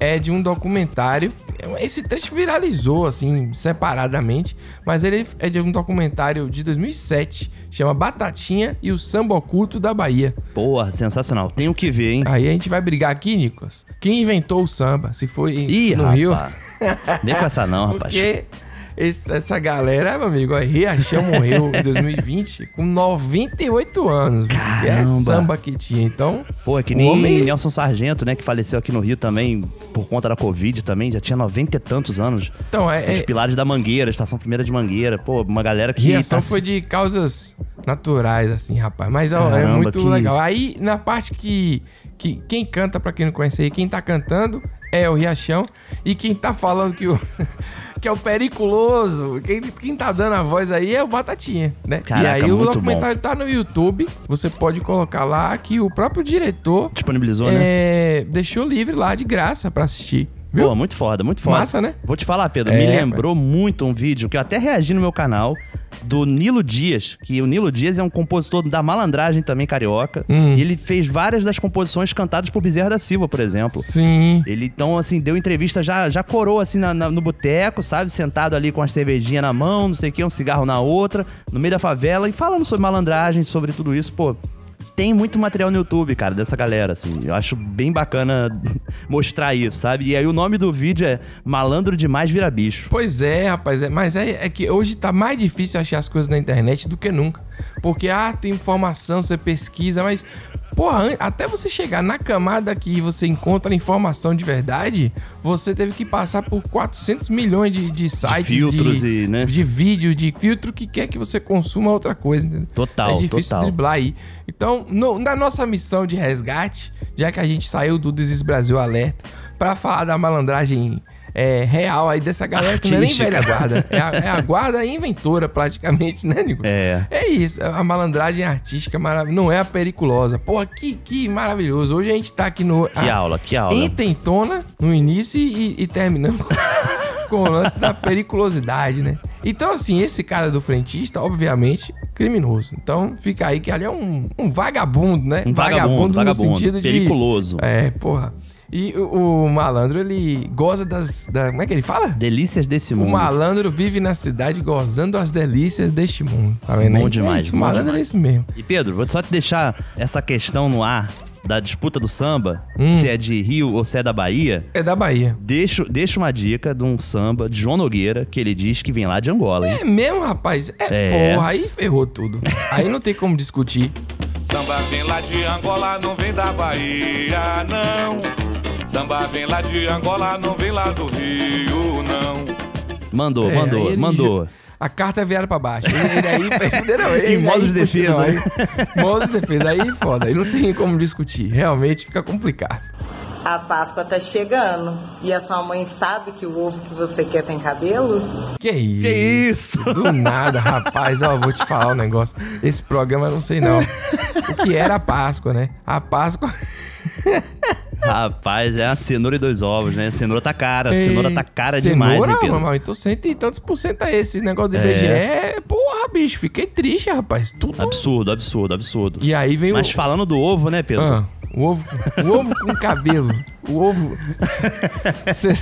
Speaker 3: é de um documentário. Esse trecho viralizou, assim, separadamente, mas ele é de um documentário de 2007, chama Batatinha e o Samba Oculto da Bahia.
Speaker 4: Porra, sensacional. Tenho que ver, hein?
Speaker 3: Aí a gente vai brigar aqui, Nicolas. Quem inventou o samba? Se foi
Speaker 4: Ih,
Speaker 3: no
Speaker 4: rapaz.
Speaker 3: Rio.
Speaker 4: Vem com
Speaker 3: (laughs)
Speaker 4: essa não, rapaz.
Speaker 3: Porque esse- essa galera, meu amigo, aí Riachão morreu em 2020 com 98 anos. viu? E era
Speaker 4: Caramba.
Speaker 3: samba que tinha, então.
Speaker 4: Pô, é que
Speaker 3: o
Speaker 4: nem
Speaker 3: homem-
Speaker 4: Nelson Sargento, né? Que faleceu aqui no Rio também, por conta da Covid também, já tinha noventa e tantos anos.
Speaker 3: Então, é-
Speaker 4: Os
Speaker 3: é-
Speaker 4: Pilares da Mangueira, Estação Primeira de Mangueira. Pô, uma galera que.
Speaker 3: Reação
Speaker 4: tá-
Speaker 3: então foi de causas naturais, assim, rapaz. Mas ó, é
Speaker 4: Caramba,
Speaker 3: muito
Speaker 4: que-
Speaker 3: legal. Aí, na parte que, que. Quem canta, pra quem não conhece aí, quem tá cantando é o Riachão. E quem tá falando que o. (laughs) Que é o periculoso. Quem, quem tá dando a voz aí é o Batatinha, né? e
Speaker 4: Caraca,
Speaker 3: aí o
Speaker 4: muito bom.
Speaker 3: documentário tá no YouTube. Você pode colocar lá que o próprio diretor
Speaker 4: Disponibilizou, né?
Speaker 3: é, deixou livre lá de graça pra assistir. Viu?
Speaker 4: Pô, muito foda, muito foda.
Speaker 3: Massa, né?
Speaker 4: Vou te falar, Pedro,
Speaker 3: É,
Speaker 4: me
Speaker 3: rapaz.
Speaker 4: lembrou muito um vídeo que eu até reagi no meu canal do Nilo Dias, que o Nilo Dias é um compositor da malandragem também carioca,
Speaker 3: Hum.
Speaker 4: e ele fez várias das composições cantadas por Bezerra da Silva, por exemplo.
Speaker 3: Sim.
Speaker 4: Ele então assim deu entrevista já já corou assim na- na- no boteco, sabe, sentado ali com a cervejinha na mão, não sei o que, um cigarro na outra, no meio da favela e falando sobre malandragem, sobre tudo isso, pô. Tem muito material no YouTube, cara, dessa galera, assim. Eu acho bem bacana (laughs) mostrar isso, sabe? E aí o nome do vídeo é Malandro Demais Vira Bicho.
Speaker 3: Pois é, rapaz. É, mas é, é que hoje tá mais difícil achar as coisas na internet do que nunca. Porque, ah, tem informação, você pesquisa, mas, porra, an- até você chegar na camada que você encontra informação de verdade, você teve que passar por 400 milhões de, de sites.
Speaker 4: filtros
Speaker 3: de,
Speaker 4: e, né?
Speaker 3: De vídeo, de filtro que quer que você consuma outra coisa, entendeu?
Speaker 4: Total,
Speaker 3: É difícil
Speaker 4: total.
Speaker 3: driblar aí. Então, no- na nossa missão de resgate, já que a gente saiu do Desis Brasil Alerta pra falar da malandragem é, real aí dessa galera que não é nem
Speaker 4: Artística.
Speaker 3: velha guarda. É a, é a guarda inventora, praticamente, né, Nico?
Speaker 4: É.
Speaker 3: É isso, a malandragem artística maravilhosa. Não é a periculosa. Porra, que, que maravilhoso. Hoje a gente tá aqui no.
Speaker 4: Que
Speaker 3: a-
Speaker 4: aula, que aula.
Speaker 3: em tentona no início e, e terminando com, (laughs) com o lance da periculosidade, né? Então, assim, esse cara do frentista, obviamente, criminoso. Então, fica aí que ali é um, um vagabundo, né?
Speaker 4: Um vagabundo,
Speaker 3: no
Speaker 4: vagabundo,
Speaker 3: sentido de...
Speaker 4: periculoso.
Speaker 3: É, porra. E o, o malandro, ele goza das... da- como é que ele fala?
Speaker 4: Delícias desse mundo.
Speaker 3: O Um malandro vive na cidade gozando as delícias deste mundo. Tá vendo? aí?
Speaker 4: Bom
Speaker 3: É
Speaker 4: demais.
Speaker 3: isso,
Speaker 4: bom
Speaker 3: malandro
Speaker 4: demais.
Speaker 3: é isso mesmo.
Speaker 4: E Pedro, vou só te deixar essa questão no ar da disputa do samba,
Speaker 3: Hum.
Speaker 4: se é de Rio ou se é da Bahia.
Speaker 3: É da Bahia.
Speaker 4: Deixa, deixa uma dica de um samba de João Nogueira, que ele diz que vem lá de Angola, hein?
Speaker 3: É mesmo, rapaz? É,
Speaker 4: É.
Speaker 3: porra, aí ferrou tudo. Aí não tem como discutir.
Speaker 15: Samba vem lá de Angola, não vem da Bahia, não. Samba vem lá de Angola, não vem lá do Rio, não.
Speaker 4: Mandou,
Speaker 3: É, aí
Speaker 4: mandou,
Speaker 3: ele
Speaker 4: mandou.
Speaker 3: ju- A carta é viada pra baixo. Ele, ele aí
Speaker 4: (laughs)
Speaker 3: perderam ele.
Speaker 4: Em modo de defesa, né?
Speaker 3: Modo de defesa. Aí foda. Aí não tem como discutir. Realmente fica complicado.
Speaker 16: A Páscoa tá chegando e a sua mãe sabe que o ovo que você quer tem cabelo?
Speaker 3: Que isso? Do nada, rapaz. Ó, vou te falar um negócio. Esse programa eu não sei não. O que era a Páscoa, né? A Páscoa.
Speaker 4: Rapaz, é uma cenoura e dois ovos, né? Cenoura tá cara,
Speaker 3: Ei,
Speaker 4: cenoura tá cara
Speaker 3: cenoura,
Speaker 4: demais, hein, Pedro?
Speaker 3: mamãe, então cento e tantos por cento é esse negócio de IBGE.
Speaker 4: É.
Speaker 3: Porra, bicho, fiquei triste, rapaz. Tudo
Speaker 4: Absurdo, absurdo, absurdo.
Speaker 3: E aí vem o-
Speaker 4: Mas falando do ovo, né, Pedro?
Speaker 3: Ah, o ovo, o ovo com cabelo. O ovo. Você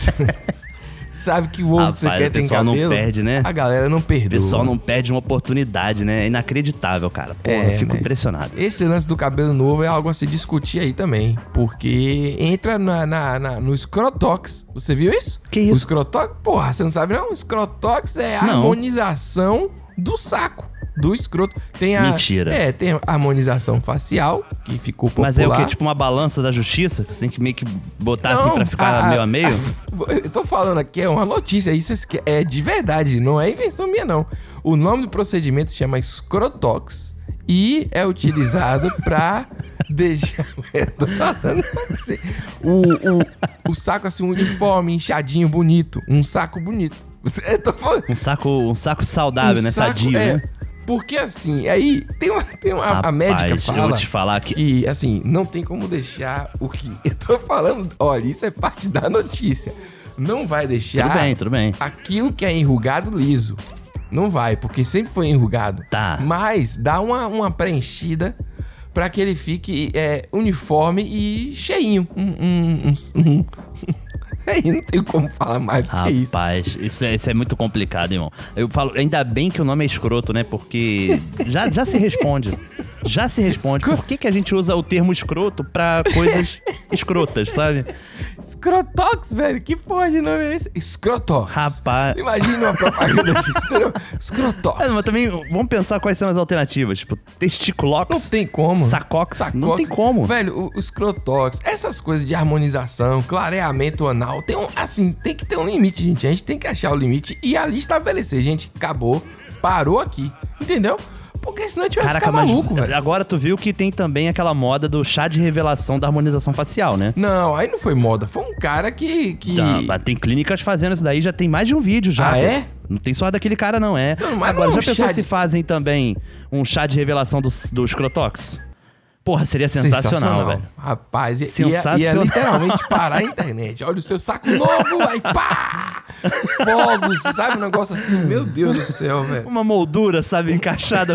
Speaker 3: sabe que o ovo que você
Speaker 4: Rapaz,
Speaker 3: quer
Speaker 4: o
Speaker 3: tem
Speaker 4: pessoal não
Speaker 3: cabelo?
Speaker 4: perde, né?
Speaker 3: A galera não
Speaker 4: O
Speaker 3: perdeu.
Speaker 4: pessoal não perde uma oportunidade, né? É inacreditável, cara. Pô,
Speaker 3: É,
Speaker 4: eu fico
Speaker 3: né?
Speaker 4: impressionado.
Speaker 3: Esse lance do cabelo novo é algo a se discutir aí também. Porque entra na, na- na- no Scrotox. Você viu isso? Que isso? O Scrotox? Porra, você não sabe não? O Scrotox é a
Speaker 4: Não.
Speaker 3: harmonização do saco. Do escroto. Tem a.
Speaker 4: Mentira.
Speaker 3: É, tem a harmonização facial, que ficou popular.
Speaker 4: Mas é o quê? Tipo uma balança da justiça? Você tem que meio que botar assim
Speaker 3: Não,
Speaker 4: pra ficar
Speaker 3: a-
Speaker 4: meio a meio?
Speaker 3: Eu tô falando aqui, é uma notícia, isso é de verdade, não é invenção minha, não. O nome do procedimento se chama escrotox e é utilizado (laughs) pra deixar (laughs) eu tô falando pra você. o, o, o saco assim, uniforme, inchadinho, bonito. Um saco bonito. (laughs) Eu tô falando-
Speaker 4: Um saco, um saco saudável,
Speaker 3: um
Speaker 4: né?
Speaker 3: saco-
Speaker 4: Sadio,
Speaker 3: é,
Speaker 4: né?
Speaker 3: Porque assim, aí tem uma, tem uma a
Speaker 4: Rapaz,
Speaker 3: médica fala
Speaker 4: eu vou te falar que...
Speaker 3: que, assim, não tem como deixar o que (laughs) eu tô falando. Olha, isso é parte da notícia. Não vai deixar
Speaker 4: Tudo bem, tudo bem.
Speaker 3: aquilo que é enrugado liso. Não vai, porque sempre foi enrugado. Tá. Mas dá uma, uma preenchida pra que ele fique é, uniforme e cheinho. Um, um, um- um- (laughs) Aí não tem como falar mais do que isso.
Speaker 4: Rapaz, isso é, isso é muito complicado, irmão. Eu falo, ainda bem que o nome é escroto, né? Porque já, já se responde. Já se responde. Por que, que a gente usa o termo escroto pra
Speaker 3: (laughs)
Speaker 4: coisas escrotas, sabe?
Speaker 3: Scrotox, velho. Que porra de nome é esse? Scrotox.
Speaker 4: Rapaz.
Speaker 3: Imagina uma propaganda disso,
Speaker 4: (laughs)
Speaker 3: entendeu? Scrotox.
Speaker 4: É, mas também vamos pensar quais são as alternativas. Tipo, testiculox.
Speaker 3: Não tem como.
Speaker 4: Sacox. Não
Speaker 3: Sacox.
Speaker 4: tem como.
Speaker 3: Velho, o, o scrotox, essas coisas de harmonização, clareamento anal, tem um, assim, tem que ter um limite, gente. A gente tem que achar o limite e ali estabelecer. Gente, acabou, parou aqui, entendeu? Porque senão a gente vai
Speaker 4: Caraca,
Speaker 3: ficar
Speaker 4: mas é
Speaker 3: maluco, velho.
Speaker 4: agora tu viu que tem também aquela moda do chá de revelação da harmonização facial, né?
Speaker 3: Não, aí não foi moda, foi um cara que... que...
Speaker 4: Tá, mas tem clínicas fazendo isso daí, já tem mais de um vídeo já.
Speaker 3: Ah,
Speaker 4: pô.
Speaker 3: é?
Speaker 4: Não tem só daquele cara, não, é.
Speaker 3: Não, mas
Speaker 4: Agora,
Speaker 3: não é
Speaker 4: já
Speaker 3: um chá
Speaker 4: pensou se
Speaker 3: de-
Speaker 4: fazem também um chá de revelação do, do escrotox? Porra, seria sensacional, velho.
Speaker 3: Rapaz, e,
Speaker 4: Sensacional.
Speaker 3: E, é, literalmente parar a internet. Olha o seu saco novo, aí pá! Fogos, sabe? Um negócio assim, meu Deus do céu, velho.
Speaker 4: Uma moldura, sabe, encaixada.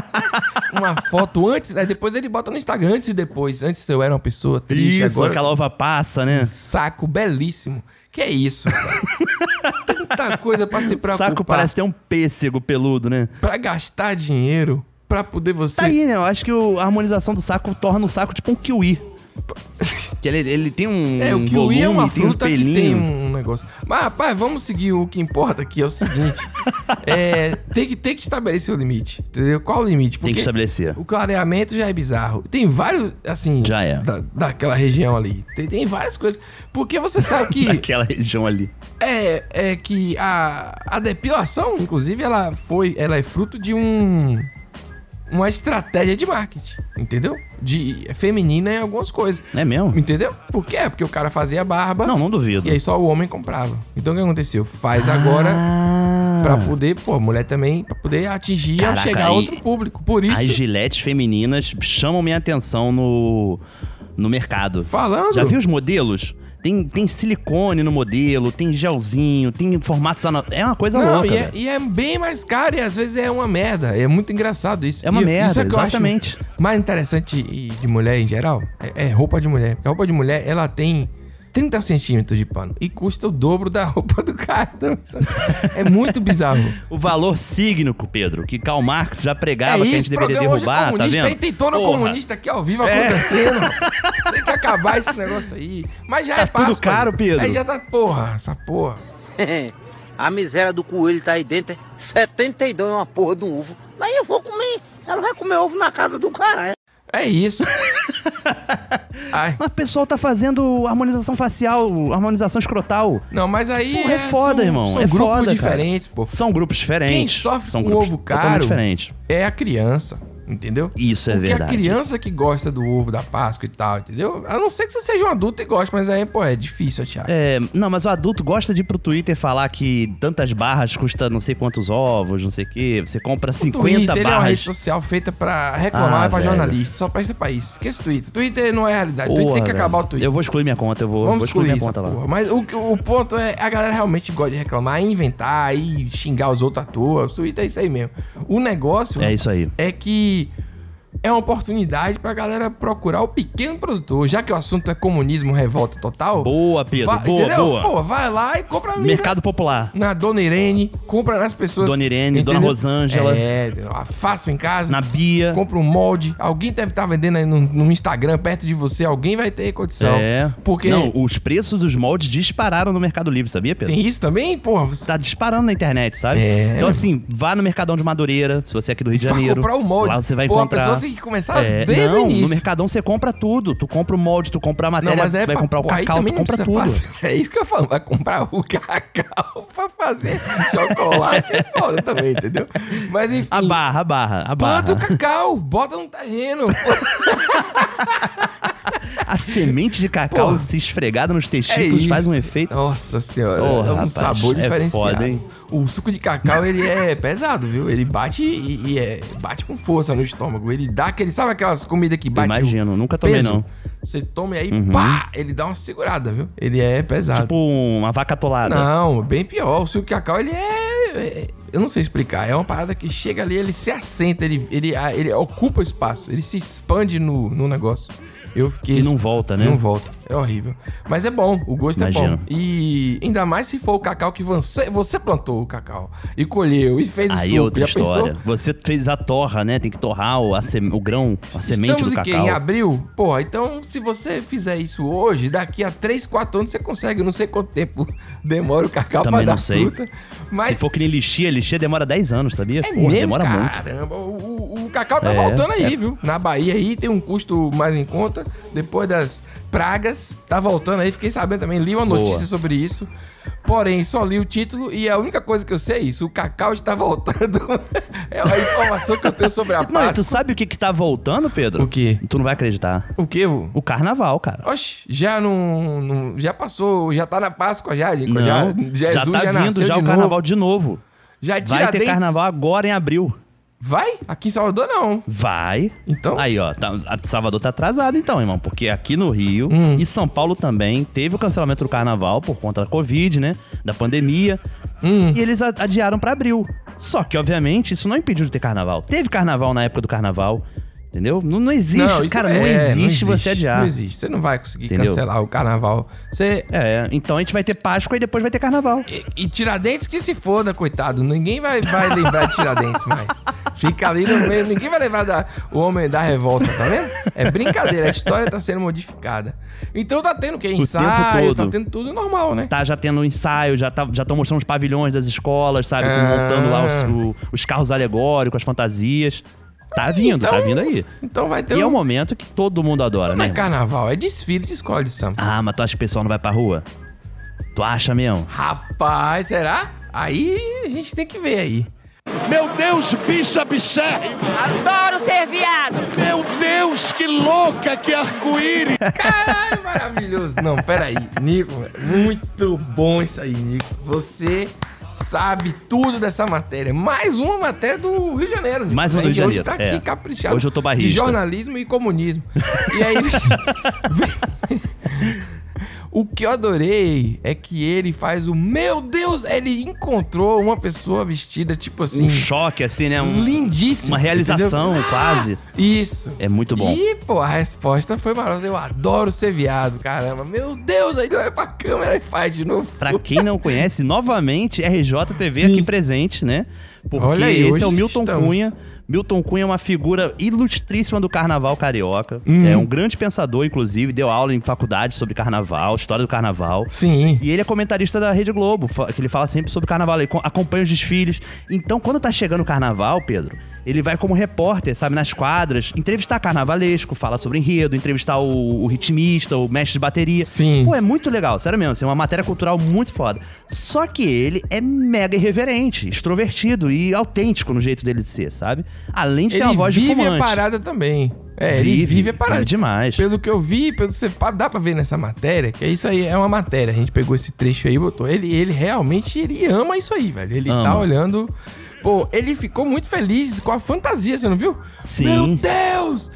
Speaker 3: (laughs) uma foto antes, aí depois ele bota no Instagram antes e depois. Antes eu era uma pessoa triste,
Speaker 4: Isso,
Speaker 3: agora
Speaker 4: aquela ova passa, né?
Speaker 3: saco belíssimo. Que é isso? cara? Tanta coisa pra se preocupar.
Speaker 4: Saco parece ter um pêssego peludo, né?
Speaker 3: Pra gastar dinheiro, pra poder você...
Speaker 4: Tá aí, né? Eu acho que o- a harmonização do saco torna o saco tipo
Speaker 3: (laughs)
Speaker 4: um kiwi. que ele, ele tem um.
Speaker 3: É, o
Speaker 4: um
Speaker 3: kiwi
Speaker 4: volume,
Speaker 3: é uma
Speaker 4: tem um
Speaker 3: fruta que
Speaker 4: pelinho.
Speaker 3: tem um negócio. Mas, rapaz, vamos seguir o que importa aqui, é o seguinte. é, tem, que, tem que estabelecer o limite, entendeu? Qual o limite?
Speaker 4: Tem que estabelecer.
Speaker 3: O clareamento já é bizarro. Tem vários, assim... Já é. Da, daquela região ali. Tem, tem várias coisas. Porque você sabe
Speaker 4: (laughs)
Speaker 3: que...
Speaker 4: Aquela região ali.
Speaker 3: É, é que a, a depilação, inclusive, ela foi, ela é fruto de um uma estratégia de marketing, entendeu? De é feminina em algumas coisas.
Speaker 4: É mesmo?
Speaker 3: Entendeu? Por quê? Porque o cara fazia barba.
Speaker 4: Não, não duvido.
Speaker 3: E aí só o homem comprava. Então o que aconteceu? Faz agora pra poder, pô, a mulher também pra poder atingir
Speaker 4: Ah. Caraca,
Speaker 3: a chegar a
Speaker 4: aí-
Speaker 3: outro público. Por isso.
Speaker 4: As giletes femininas chamam minha atenção no, no mercado.
Speaker 3: Falando.
Speaker 4: Já viu os modelos? Tem, tem silicone no modelo, tem gelzinho, tem formatos... Ana... É uma coisa
Speaker 3: Não,
Speaker 4: louca,
Speaker 3: e é,
Speaker 4: velho.
Speaker 3: e é bem mais caro e às vezes é uma merda. É muito engraçado isso.
Speaker 4: É uma
Speaker 3: E
Speaker 4: merda,
Speaker 3: isso é que eu acho
Speaker 4: exatamente.
Speaker 3: mais interessante e de mulher em geral é, é roupa de mulher. Porque a roupa de mulher, ela tem 30 centímetros de pano e custa o dobro da (laughs) roupa do cara. também, sabe? É muito bizarro.
Speaker 4: O valor sígnico, Pedro, que Karl Marx já pregava que a gente deveria
Speaker 3: É programa hoje é
Speaker 4: derrubar, tá
Speaker 3: comunista,
Speaker 4: vendo?
Speaker 3: aí tem todo
Speaker 4: Porra,
Speaker 3: comunista aqui ao vivo
Speaker 4: É.
Speaker 3: acontecendo.
Speaker 4: (laughs)
Speaker 3: tem que acabar esse negócio aí. Mas já
Speaker 4: Tá
Speaker 3: é
Speaker 14: tudo
Speaker 3: fácil.
Speaker 14: caro, Pedro.
Speaker 3: Aí já tá, porra, essa porra.
Speaker 14: a miséria do coelho tá aí dentro. é 72 é uma porra de um ovo. Daí eu vou comer. Ela vai comer ovo na casa do cara.
Speaker 3: É
Speaker 4: (laughs)
Speaker 3: isso.
Speaker 4: Mas o pessoal tá fazendo harmonização facial, harmonização escrotal.
Speaker 3: Não, mas aí
Speaker 4: Porra, é
Speaker 3: é-
Speaker 4: foda,
Speaker 3: são-
Speaker 4: irmão.
Speaker 3: são
Speaker 4: é
Speaker 3: grupos
Speaker 4: foda, cara.
Speaker 3: diferentes, pô.
Speaker 4: São grupos diferentes.
Speaker 3: Quem sofre
Speaker 4: são
Speaker 3: com
Speaker 4: grupos
Speaker 3: ovo
Speaker 4: totalmente
Speaker 3: caro
Speaker 4: diferentes.
Speaker 3: é a criança. Entendeu?
Speaker 4: Isso é
Speaker 3: Porque a
Speaker 4: verdade.
Speaker 3: criança que gosta do ovo da Páscoa e tal, entendeu? A não ser que você seja um adulto e goste, mas aí, pô, é difícil achar.
Speaker 4: É, não, mas o adulto gosta de ir pro Twitter falar que tantas barras custa não sei quantos ovos, não sei o quê. Você compra 50
Speaker 3: Twitter ele é uma rede
Speaker 4: barras.
Speaker 3: social feita pra reclamar,
Speaker 4: Ah,
Speaker 3: é pra
Speaker 4: velho.
Speaker 3: jornalista, só presta pra isso. Esquece o Twitter. Twitter não é realidade. Twitter
Speaker 4: Porra,
Speaker 3: tem que acabar o
Speaker 4: velho.
Speaker 3: Twitter.
Speaker 4: Eu vou excluir minha conta, eu vou,
Speaker 3: Vamos
Speaker 4: vou excluir
Speaker 3: excluir
Speaker 4: minha
Speaker 3: essa
Speaker 4: conta lá.
Speaker 3: porra. Mas o, o ponto é, a galera realmente gosta de reclamar, inventar e xingar os outros à toa. O Twitter é isso aí mesmo. O negócio
Speaker 4: É isso aí.
Speaker 3: é que é uma oportunidade pra galera procurar o pequeno produtor. Já que o assunto é comunismo, revolta total.
Speaker 4: Boa, Pedro.
Speaker 3: vai-
Speaker 4: boa,
Speaker 3: entendeu?
Speaker 4: boa.
Speaker 3: Pô, vai lá e compra ali na-
Speaker 4: Mercado Popular.
Speaker 3: na Dona Irene, compra nas pessoas.
Speaker 4: Dona Irene, Dona Rosângela.
Speaker 3: É, faça em casa.
Speaker 4: Na Bia.
Speaker 3: Compra um molde. Alguém deve estar vendendo aí no, no Instagram, perto de você. Alguém vai ter condição.
Speaker 4: É.
Speaker 3: Porque
Speaker 4: Não, os preços dos moldes dispararam no Mercado Livre, sabia, Pedro?
Speaker 3: Tem isso também, porra? Você...
Speaker 4: Tá disparando na internet, sabe?
Speaker 3: É.
Speaker 4: Então, assim, vá no Mercadão de Madureira, se você é aqui do Rio de
Speaker 3: Pra
Speaker 4: Janeiro.
Speaker 3: comprar o molde.
Speaker 4: Lá você vai
Speaker 3: Pô, a
Speaker 4: encontrar.
Speaker 3: pessoa tem que começar
Speaker 4: É,
Speaker 3: desde o
Speaker 4: não,
Speaker 3: início.
Speaker 4: No Mercadão você compra tudo. Tu compra o molde, tu compra a matéria, tu é- vai
Speaker 3: pra-
Speaker 4: comprar o
Speaker 3: pô, aí
Speaker 4: cacau, tu
Speaker 3: também não
Speaker 4: compra tudo.
Speaker 3: precisa fazer- (laughs) É isso que eu falo. Vai comprar o cacau (laughs) pra fazer chocolate é foda também, entendeu? Mas enfim.
Speaker 4: A barra, a barra, a barra.
Speaker 3: Planta o cacau, bota no terreno.
Speaker 4: (laughs) A semente de cacau
Speaker 3: Porra.
Speaker 4: se esfregada nos testículos
Speaker 3: É isso.
Speaker 4: faz um efeito.
Speaker 3: Nossa senhora,
Speaker 4: Porra,
Speaker 3: é um
Speaker 4: rapaz,
Speaker 3: sabor
Speaker 4: é
Speaker 3: diferenciado.
Speaker 4: foda, hein?
Speaker 3: O suco de cacau, ele é
Speaker 4: (laughs)
Speaker 3: pesado, viu? Ele bate e, e é, bate com força no estômago. Ele dá aquele, sabe aquelas comidas que bate o
Speaker 4: Imagino, nunca tomei,
Speaker 3: peso?
Speaker 4: não.
Speaker 3: Você toma e aí,
Speaker 4: Uhum.
Speaker 3: pá, ele dá uma segurada, viu? Ele é pesado.
Speaker 4: Tipo uma vaca atolada.
Speaker 3: Não, é bem pior. O suco de cacau, ele é, é- Eu não sei explicar. É uma parada que chega ali, ele se assenta, ele, ele, ah, ele ocupa o espaço, ele se expande no, no negócio. Eu fiquei.
Speaker 4: E não volta, né?
Speaker 3: Não volta. É horrível. Mas é bom, o gosto é
Speaker 4: Imagino.
Speaker 3: bom. E ainda mais se for o cacau que você, você plantou o cacau e colheu e fez o
Speaker 4: Aí
Speaker 3: suco.
Speaker 4: é outra
Speaker 3: Já pensou?
Speaker 4: história. Você fez a torra, né? Tem que torrar o, a seme- o grão, a semente
Speaker 3: Estamos
Speaker 4: do
Speaker 3: em quê?
Speaker 4: cacau.
Speaker 3: Em abril? Porra, então se você fizer isso hoje, daqui a 3, 4 anos você consegue. Eu não sei quanto tempo (laughs) demora o cacau
Speaker 4: Também
Speaker 3: pra
Speaker 4: não
Speaker 3: dar
Speaker 4: sei.
Speaker 3: fruta. Mas
Speaker 4: Se for que nem lixia, lixia demora 10 anos, sabia?
Speaker 3: É
Speaker 4: Porra,
Speaker 3: mesmo,
Speaker 4: demora muito.
Speaker 3: caramba, o, o- o cacau tá
Speaker 4: É,
Speaker 3: voltando aí,
Speaker 4: é.
Speaker 3: viu? Na Bahia aí tem um custo mais em conta. Depois das pragas, tá voltando aí. Fiquei sabendo também, li uma
Speaker 4: Boa.
Speaker 3: notícia sobre isso. Porém, só li o título e a única coisa que eu sei é isso. O cacau está voltando. (laughs) é a informação que eu tenho sobre a
Speaker 4: Não, e tu
Speaker 3: Páscoa.
Speaker 4: sabe o que que tá voltando, Pedro?
Speaker 3: O quê?
Speaker 4: Tu não vai acreditar.
Speaker 3: O quê? O...
Speaker 4: O carnaval, cara.
Speaker 3: Oxe, já não, não- Já passou, já tá na Páscoa já, Lincoln. já, Jesus
Speaker 4: tá
Speaker 3: já
Speaker 4: vindo
Speaker 3: nasceu
Speaker 4: já
Speaker 3: de
Speaker 4: o
Speaker 3: novo.
Speaker 4: carnaval de novo.
Speaker 3: Já
Speaker 4: Vai ter
Speaker 3: Tiradentes.
Speaker 4: carnaval agora em abril.
Speaker 3: Vai? Aqui em Salvador não.
Speaker 4: Vai.
Speaker 3: Então.
Speaker 4: Aí, ó, tá- a Salvador tá atrasado então, irmão, porque aqui no Rio
Speaker 3: Hum.
Speaker 4: e São Paulo também teve o cancelamento do carnaval por conta da Covid, né? Da pandemia.
Speaker 3: Hum.
Speaker 4: E eles a- adiaram pra abril. Só que, obviamente, isso não impediu de ter carnaval. Teve carnaval na época do carnaval, entendeu? Não, não existe,
Speaker 3: isso
Speaker 4: cara,
Speaker 3: é-
Speaker 4: não, existe você adiar.
Speaker 3: Não existe. Você não vai conseguir
Speaker 4: Entendeu?
Speaker 3: cancelar o carnaval. Você.
Speaker 4: É, então a gente vai ter Páscoa e depois vai ter carnaval.
Speaker 3: E, e Tiradentes que se foda, coitado. Ninguém vai, vai lembrar de Tiradentes mais. Fica ali no meio. Ninguém vai lembrar da, o homem da revolta, tá vendo? É brincadeira. A história tá sendo modificada. Então tá tendo o quê?
Speaker 4: tempo
Speaker 3: Ensaio, tá
Speaker 4: todo.
Speaker 3: tendo tudo normal, né?
Speaker 4: Tá já tendo ensaio, já estão mostrando os pavilhões das escolas, sabe? Com- Montando lá os,
Speaker 3: Ah.
Speaker 4: o- os carros alegóricos, as fantasias. Tá vindo, tá vindo aí.
Speaker 3: Então vai ter
Speaker 4: E é
Speaker 3: um-
Speaker 4: um momento que todo mundo adora,
Speaker 3: Não
Speaker 4: né?
Speaker 3: é
Speaker 4: irmão?
Speaker 3: carnaval, é desfile de escola de samba.
Speaker 4: Ah, mas tu acha que o pessoal não vai pra rua? Tu acha mesmo?
Speaker 3: Rapaz, será? Aí a gente tem que ver aí.
Speaker 17: Meu Deus, bicha biché! Adoro ser viado! Meu Deus, que louca, que arco-íris!
Speaker 3: (laughs) Caralho, maravilhoso. Não, peraí, Nico, muito bom isso aí, Nico. Você sabe tudo dessa matéria. Mais uma matéria do Rio de Janeiro, Nico.
Speaker 4: Mais uma do
Speaker 3: A gente
Speaker 4: Rio de
Speaker 3: Hoje tá
Speaker 4: Janeiro,
Speaker 3: aqui
Speaker 4: é.
Speaker 3: caprichado.
Speaker 4: Hoje eu tô barrista.
Speaker 3: De jornalismo e comunismo. E aí...
Speaker 4: (laughs)
Speaker 3: O que eu adorei é que ele faz o... Meu Deus! Ele encontrou uma pessoa vestida, tipo assim...
Speaker 4: Um choque, assim, né? Um,
Speaker 3: Lindíssimo.
Speaker 4: Uma realização,
Speaker 3: entendeu?
Speaker 4: quase.
Speaker 3: (laughs) Isso.
Speaker 4: É muito bom.
Speaker 3: E, pô, a resposta foi maravilhosa. Eu adoro ser viado, caramba. Meu Deus, aí ele olha pra câmera e faz de novo.
Speaker 4: Pra quem não conhece, novamente, RJTV aqui presente, né? Porque
Speaker 3: Olha aí,
Speaker 4: esse é o
Speaker 3: hoje
Speaker 4: Milton
Speaker 3: estamos.
Speaker 4: Cunha. Milton Cunha é uma figura ilustríssima do carnaval carioca.
Speaker 3: Hum.
Speaker 4: É um grande pensador, inclusive, deu aula em faculdade sobre carnaval, história do carnaval.
Speaker 3: Sim.
Speaker 4: E ele é comentarista da Rede Globo, fa- que ele fala sempre sobre carnaval, ele co- acompanha os desfiles. Então, quando tá chegando o carnaval, Pedro, ele vai como repórter, sabe, nas quadras, entrevistar carnavalesco, falar sobre enredo, entrevistar o, o ritmista, o mestre de bateria.
Speaker 3: Sim.
Speaker 4: Pô, é muito legal, sério mesmo, assim, é uma matéria cultural muito foda. Só que ele é mega irreverente, extrovertido e autêntico no jeito dele de ser, sabe? Além de ter
Speaker 3: Ele
Speaker 4: uma voz de
Speaker 3: vive a
Speaker 4: fumante.
Speaker 3: parada também. É, ele vive a parada.
Speaker 4: demais.
Speaker 3: Pelo que eu vi, pelo que você pa- dá pra ver nessa matéria, que é isso aí é uma matéria. A gente pegou esse trecho aí e botou. Ele, ele realmente ele ama isso aí, velho. Ele tá
Speaker 4: Ama.
Speaker 3: olhando. Pô, ele ficou muito feliz com a fantasia, você não viu? Sim. Meu Deus!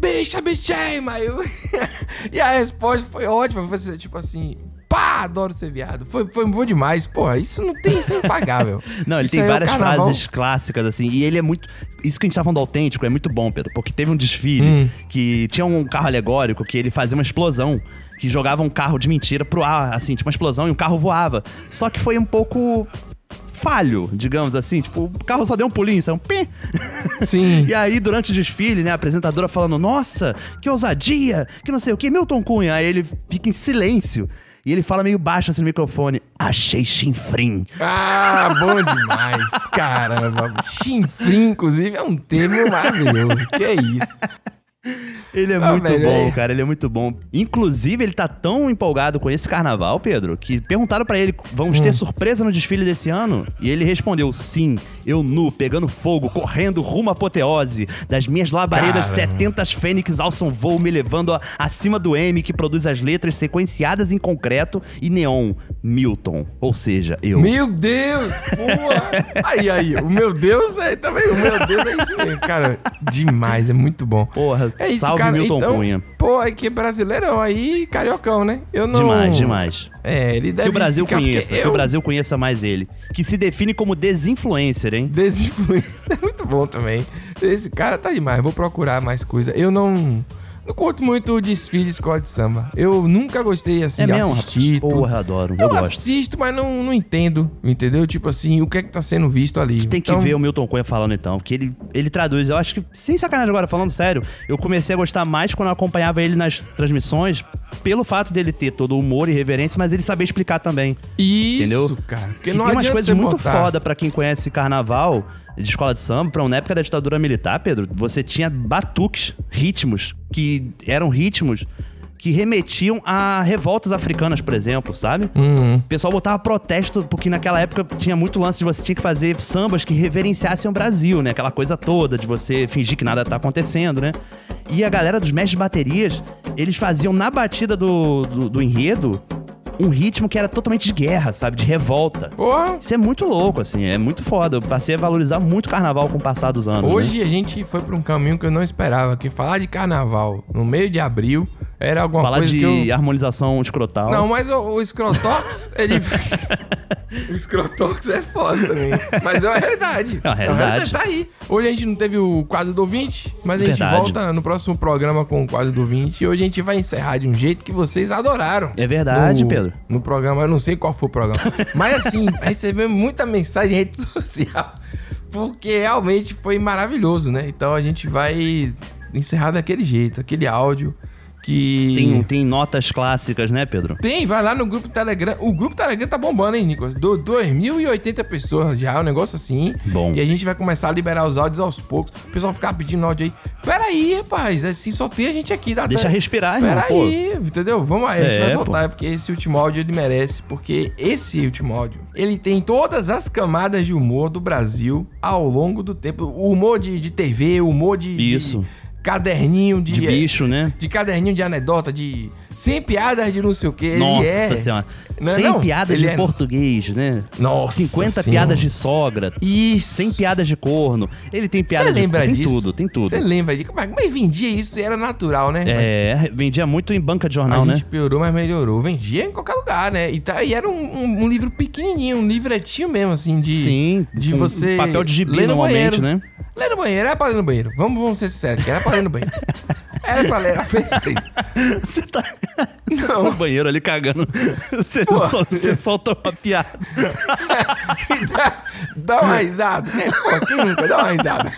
Speaker 3: Bicha, bichema! Eu... (laughs) e a resposta foi ótima. Foi assim, tipo assim. Pá, adoro ser viado. Foi, foi bom demais. Porra, isso não tem, isso é impagável.
Speaker 4: (laughs) Não, ele
Speaker 3: Isso
Speaker 4: tem
Speaker 3: aí é o
Speaker 4: várias
Speaker 3: carnaval.
Speaker 4: frases clássicas, assim, e ele é muito. Isso que a gente tá falando do autêntico é muito bom, Pedro, porque teve um desfile
Speaker 3: Hum.
Speaker 4: que tinha um carro alegórico que ele fazia uma explosão, que jogava um carro de mentira pro ar, assim, tipo uma explosão e o carro voava. Só que foi um pouco falho, digamos assim, tipo, o carro só deu um pulinho, saiu um pi.
Speaker 3: Sim.
Speaker 4: (laughs) e aí, durante o desfile, né, a apresentadora falando: "Nossa, que ousadia, que não sei o que, Milton Cunha". Aí ele fica em silêncio. E ele fala meio baixo assim no microfone: "Achei chinfrim".
Speaker 3: Ah, bom demais, caramba. Chinfrim, inclusive, é um termo maravilhoso. Que é isso.
Speaker 4: Ele é
Speaker 3: Ah,
Speaker 4: muito
Speaker 3: velho,
Speaker 4: bom,
Speaker 3: é.
Speaker 4: cara, ele é muito bom. Inclusive, ele tá tão empolgado com esse carnaval, Pedro, que perguntaram pra ele: "Vamos
Speaker 3: Hum.
Speaker 4: ter surpresa no desfile desse ano?" E ele respondeu: "Sim, eu nu, pegando fogo, correndo rumo à apoteose, das minhas labaredas
Speaker 3: Cara.
Speaker 4: 70 fênix alçam voo me levando a- acima do M que produz as letras sequenciadas em concreto e neon, Milton, ou seja, eu."
Speaker 3: Meu Deus, porra. Aí, aí, o meu Deus é também, o meu Deus é isso mesmo. Cara, demais, é muito bom.
Speaker 4: Porra,
Speaker 3: É isso,
Speaker 4: salve
Speaker 3: cara.
Speaker 4: Milton
Speaker 3: então,
Speaker 4: Cunha.
Speaker 3: Pô, é que brasileirão aí, cariocão, né? Eu não...
Speaker 4: Demais, demais.
Speaker 3: É, ele deve
Speaker 4: Que o Brasil
Speaker 3: ficar- porque
Speaker 4: conheça, que
Speaker 3: eu-
Speaker 4: o Brasil conheça mais ele. Que se define como desinfluencer, hein?
Speaker 3: (laughs) Desinfluencer é muito bom também. Esse cara tá demais, vou procurar mais coisa. Eu não... Não curto muito desfile de escola de samba. Eu nunca gostei, assim,
Speaker 4: É
Speaker 3: de
Speaker 4: mesmo?
Speaker 3: assistir.
Speaker 4: rapaz? Porra, eu adoro, eu,
Speaker 3: Eu
Speaker 4: gosto.
Speaker 3: assisto, mas não, não entendo, entendeu? Tipo assim, o que é que tá sendo visto ali.
Speaker 4: Tem que ver o Milton Cunha falando então, porque ele, ele traduz. Eu acho que, sem sacanagem agora, falando sério, eu comecei a gostar mais quando eu acompanhava ele nas transmissões, pelo fato dele ter todo o humor e reverência, mas ele saber explicar também.
Speaker 3: Isso,
Speaker 4: entendeu?
Speaker 3: cara. Porque
Speaker 4: Que
Speaker 3: não
Speaker 4: tem umas
Speaker 3: adianta
Speaker 4: coisas
Speaker 3: você
Speaker 4: muito
Speaker 3: botar.
Speaker 4: foda pra quem conhece carnaval de escola de samba. Pra uma época da ditadura militar, Pedro, você tinha batuques, ritmos, que eram ritmos que remetiam a revoltas africanas, por exemplo, sabe? O pessoal botava protesto, porque naquela época tinha muito lance de você tinha que fazer sambas que reverenciassem o Brasil, né? Aquela coisa toda de você fingir que nada tá acontecendo, né? E a galera dos mestres de baterias, eles faziam na batida do, do, do enredo um ritmo que era totalmente de guerra, sabe? De revolta. Isso é muito louco, assim. É muito foda. Eu passei a valorizar muito o carnaval com o passar dos anos.
Speaker 3: Hoje
Speaker 4: né?
Speaker 3: a gente foi pra um caminho que eu não esperava, que falar de carnaval no meio de abril era alguma
Speaker 4: Falar
Speaker 3: é coisa
Speaker 4: de
Speaker 3: que eu...
Speaker 4: harmonização escrotal.
Speaker 3: Não, mas o, o Scrotox,
Speaker 4: (laughs)
Speaker 3: ele... o Scrotox é foda também. Mas é uma realidade.
Speaker 4: É uma realidade.
Speaker 3: Tá aí. Hoje a gente não teve o quadro do ouvinte, mas a gente
Speaker 4: Verdade.
Speaker 3: volta no próximo programa com o quadro do ouvinte. E hoje a gente vai encerrar de um jeito que vocês adoraram.
Speaker 4: É verdade,
Speaker 3: No-
Speaker 4: Pedro.
Speaker 3: No programa, eu não sei qual foi o programa. Mas
Speaker 4: (laughs)
Speaker 3: assim, recebemos muita mensagem em rede (laughs) social. Porque realmente foi maravilhoso, né? Então a gente vai encerrar daquele jeito, aquele áudio que.
Speaker 4: Tem, tem notas clássicas, né, Pedro?
Speaker 3: Tem, vai lá no grupo Telegram. O grupo Telegram tá bombando, hein, Nicolas? Do 2.080 pessoas já, um negócio assim.
Speaker 4: Bom.
Speaker 3: E a gente vai começar a liberar os áudios aos poucos. O pessoal ficar pedindo áudio aí. Peraí, rapaz, assim só tem a gente aqui. Dá
Speaker 4: Deixa respirar, irmão,
Speaker 3: Peraí, entendeu? Vamos aí, a gente
Speaker 4: É,
Speaker 3: vai
Speaker 4: pô.
Speaker 3: soltar, porque esse último áudio ele merece. Porque esse último áudio, ele tem todas as camadas de humor do Brasil ao longo do tempo. O humor de, de TV, o humor de... de-
Speaker 4: Isso.
Speaker 3: Caderninho de,
Speaker 4: De bicho, né?
Speaker 3: de caderninho de anedota, de sem piadas de não sei o que.
Speaker 4: Nossa
Speaker 3: ele é.
Speaker 4: senhora.
Speaker 3: Não é
Speaker 4: Sem
Speaker 3: não?
Speaker 4: piadas
Speaker 3: Ele
Speaker 4: de
Speaker 3: é-
Speaker 4: português, né?
Speaker 3: Nossa
Speaker 4: 50
Speaker 3: Senhora.
Speaker 4: piadas de sogra.
Speaker 3: Isso.
Speaker 4: 100 piadas de corno. Ele tem piada
Speaker 3: Você
Speaker 4: de...
Speaker 3: lembra
Speaker 4: tem
Speaker 3: disso?
Speaker 4: tudo, tem tudo.
Speaker 3: Você lembra disso? Mas, mas vendia isso e era natural, né?
Speaker 4: É, vendia muito em banca de
Speaker 3: Mas
Speaker 4: jornal,
Speaker 3: a
Speaker 4: né?
Speaker 3: gente piorou, mas melhorou. Vendia em qualquer lugar, né? E, tá- e era um, um- um livro pequenininho, um livretinho mesmo, assim, de...
Speaker 4: Sim,
Speaker 3: de
Speaker 4: um
Speaker 3: você...
Speaker 4: papel de gibi
Speaker 3: ler no
Speaker 4: normalmente,
Speaker 3: banheiro.
Speaker 4: né?
Speaker 3: Ler no banheiro, era pra ler no banheiro. Vamos, vamos ser sinceros, que era pra ler no
Speaker 4: (laughs)
Speaker 3: banheiro. Era pra ler, era feito pra isso. tá-
Speaker 4: (laughs) No banheiro ali cagando. (laughs) Você, sol- você solta uma piada.
Speaker 3: (laughs) Dá uma risada. É, pô, quem nunca? Dá uma risada.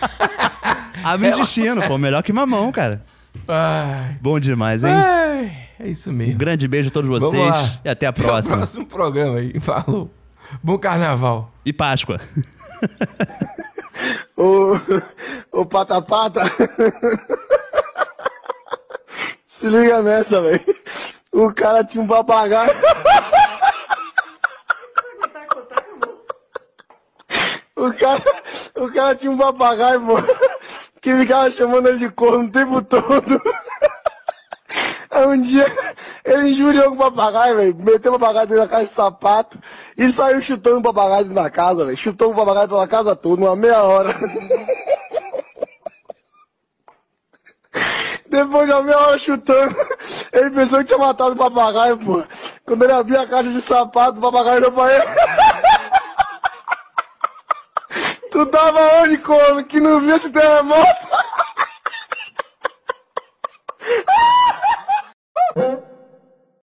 Speaker 4: Abre
Speaker 3: Ela-
Speaker 4: o destino, pô. Melhor que mamão, cara.
Speaker 3: Ai,
Speaker 4: Bom demais, hein?
Speaker 3: ai, é isso mesmo.
Speaker 4: Um grande beijo a todos
Speaker 3: Vamos
Speaker 4: vocês.
Speaker 3: lá.
Speaker 4: E até a próxima.
Speaker 3: o próximo programa aí. Falou. Bom carnaval.
Speaker 4: E Páscoa.
Speaker 11: Ô, ô pata pata. Se liga nessa, velho. O cara tinha um papagaio.
Speaker 18: O cara, o cara tinha um papagaio, pô, que ficava chamando ele de corno o tempo todo. Aí um dia ele injuriou com o papagaio, É, velho. Meteu o papagaio dentro da caixa de sapato e saiu chutando o papagaio dentro da casa, velho. Chutou o papagaio pela casa toda, uma meia hora. (laughs) Depois de uma meia hora chutando, ele pensou que tinha matado o papagaio, pô. Quando ele abriu a caixa de sapato, o papagaio olhou pra ele. Tu tava onde, corno? Que não viu esse terremoto?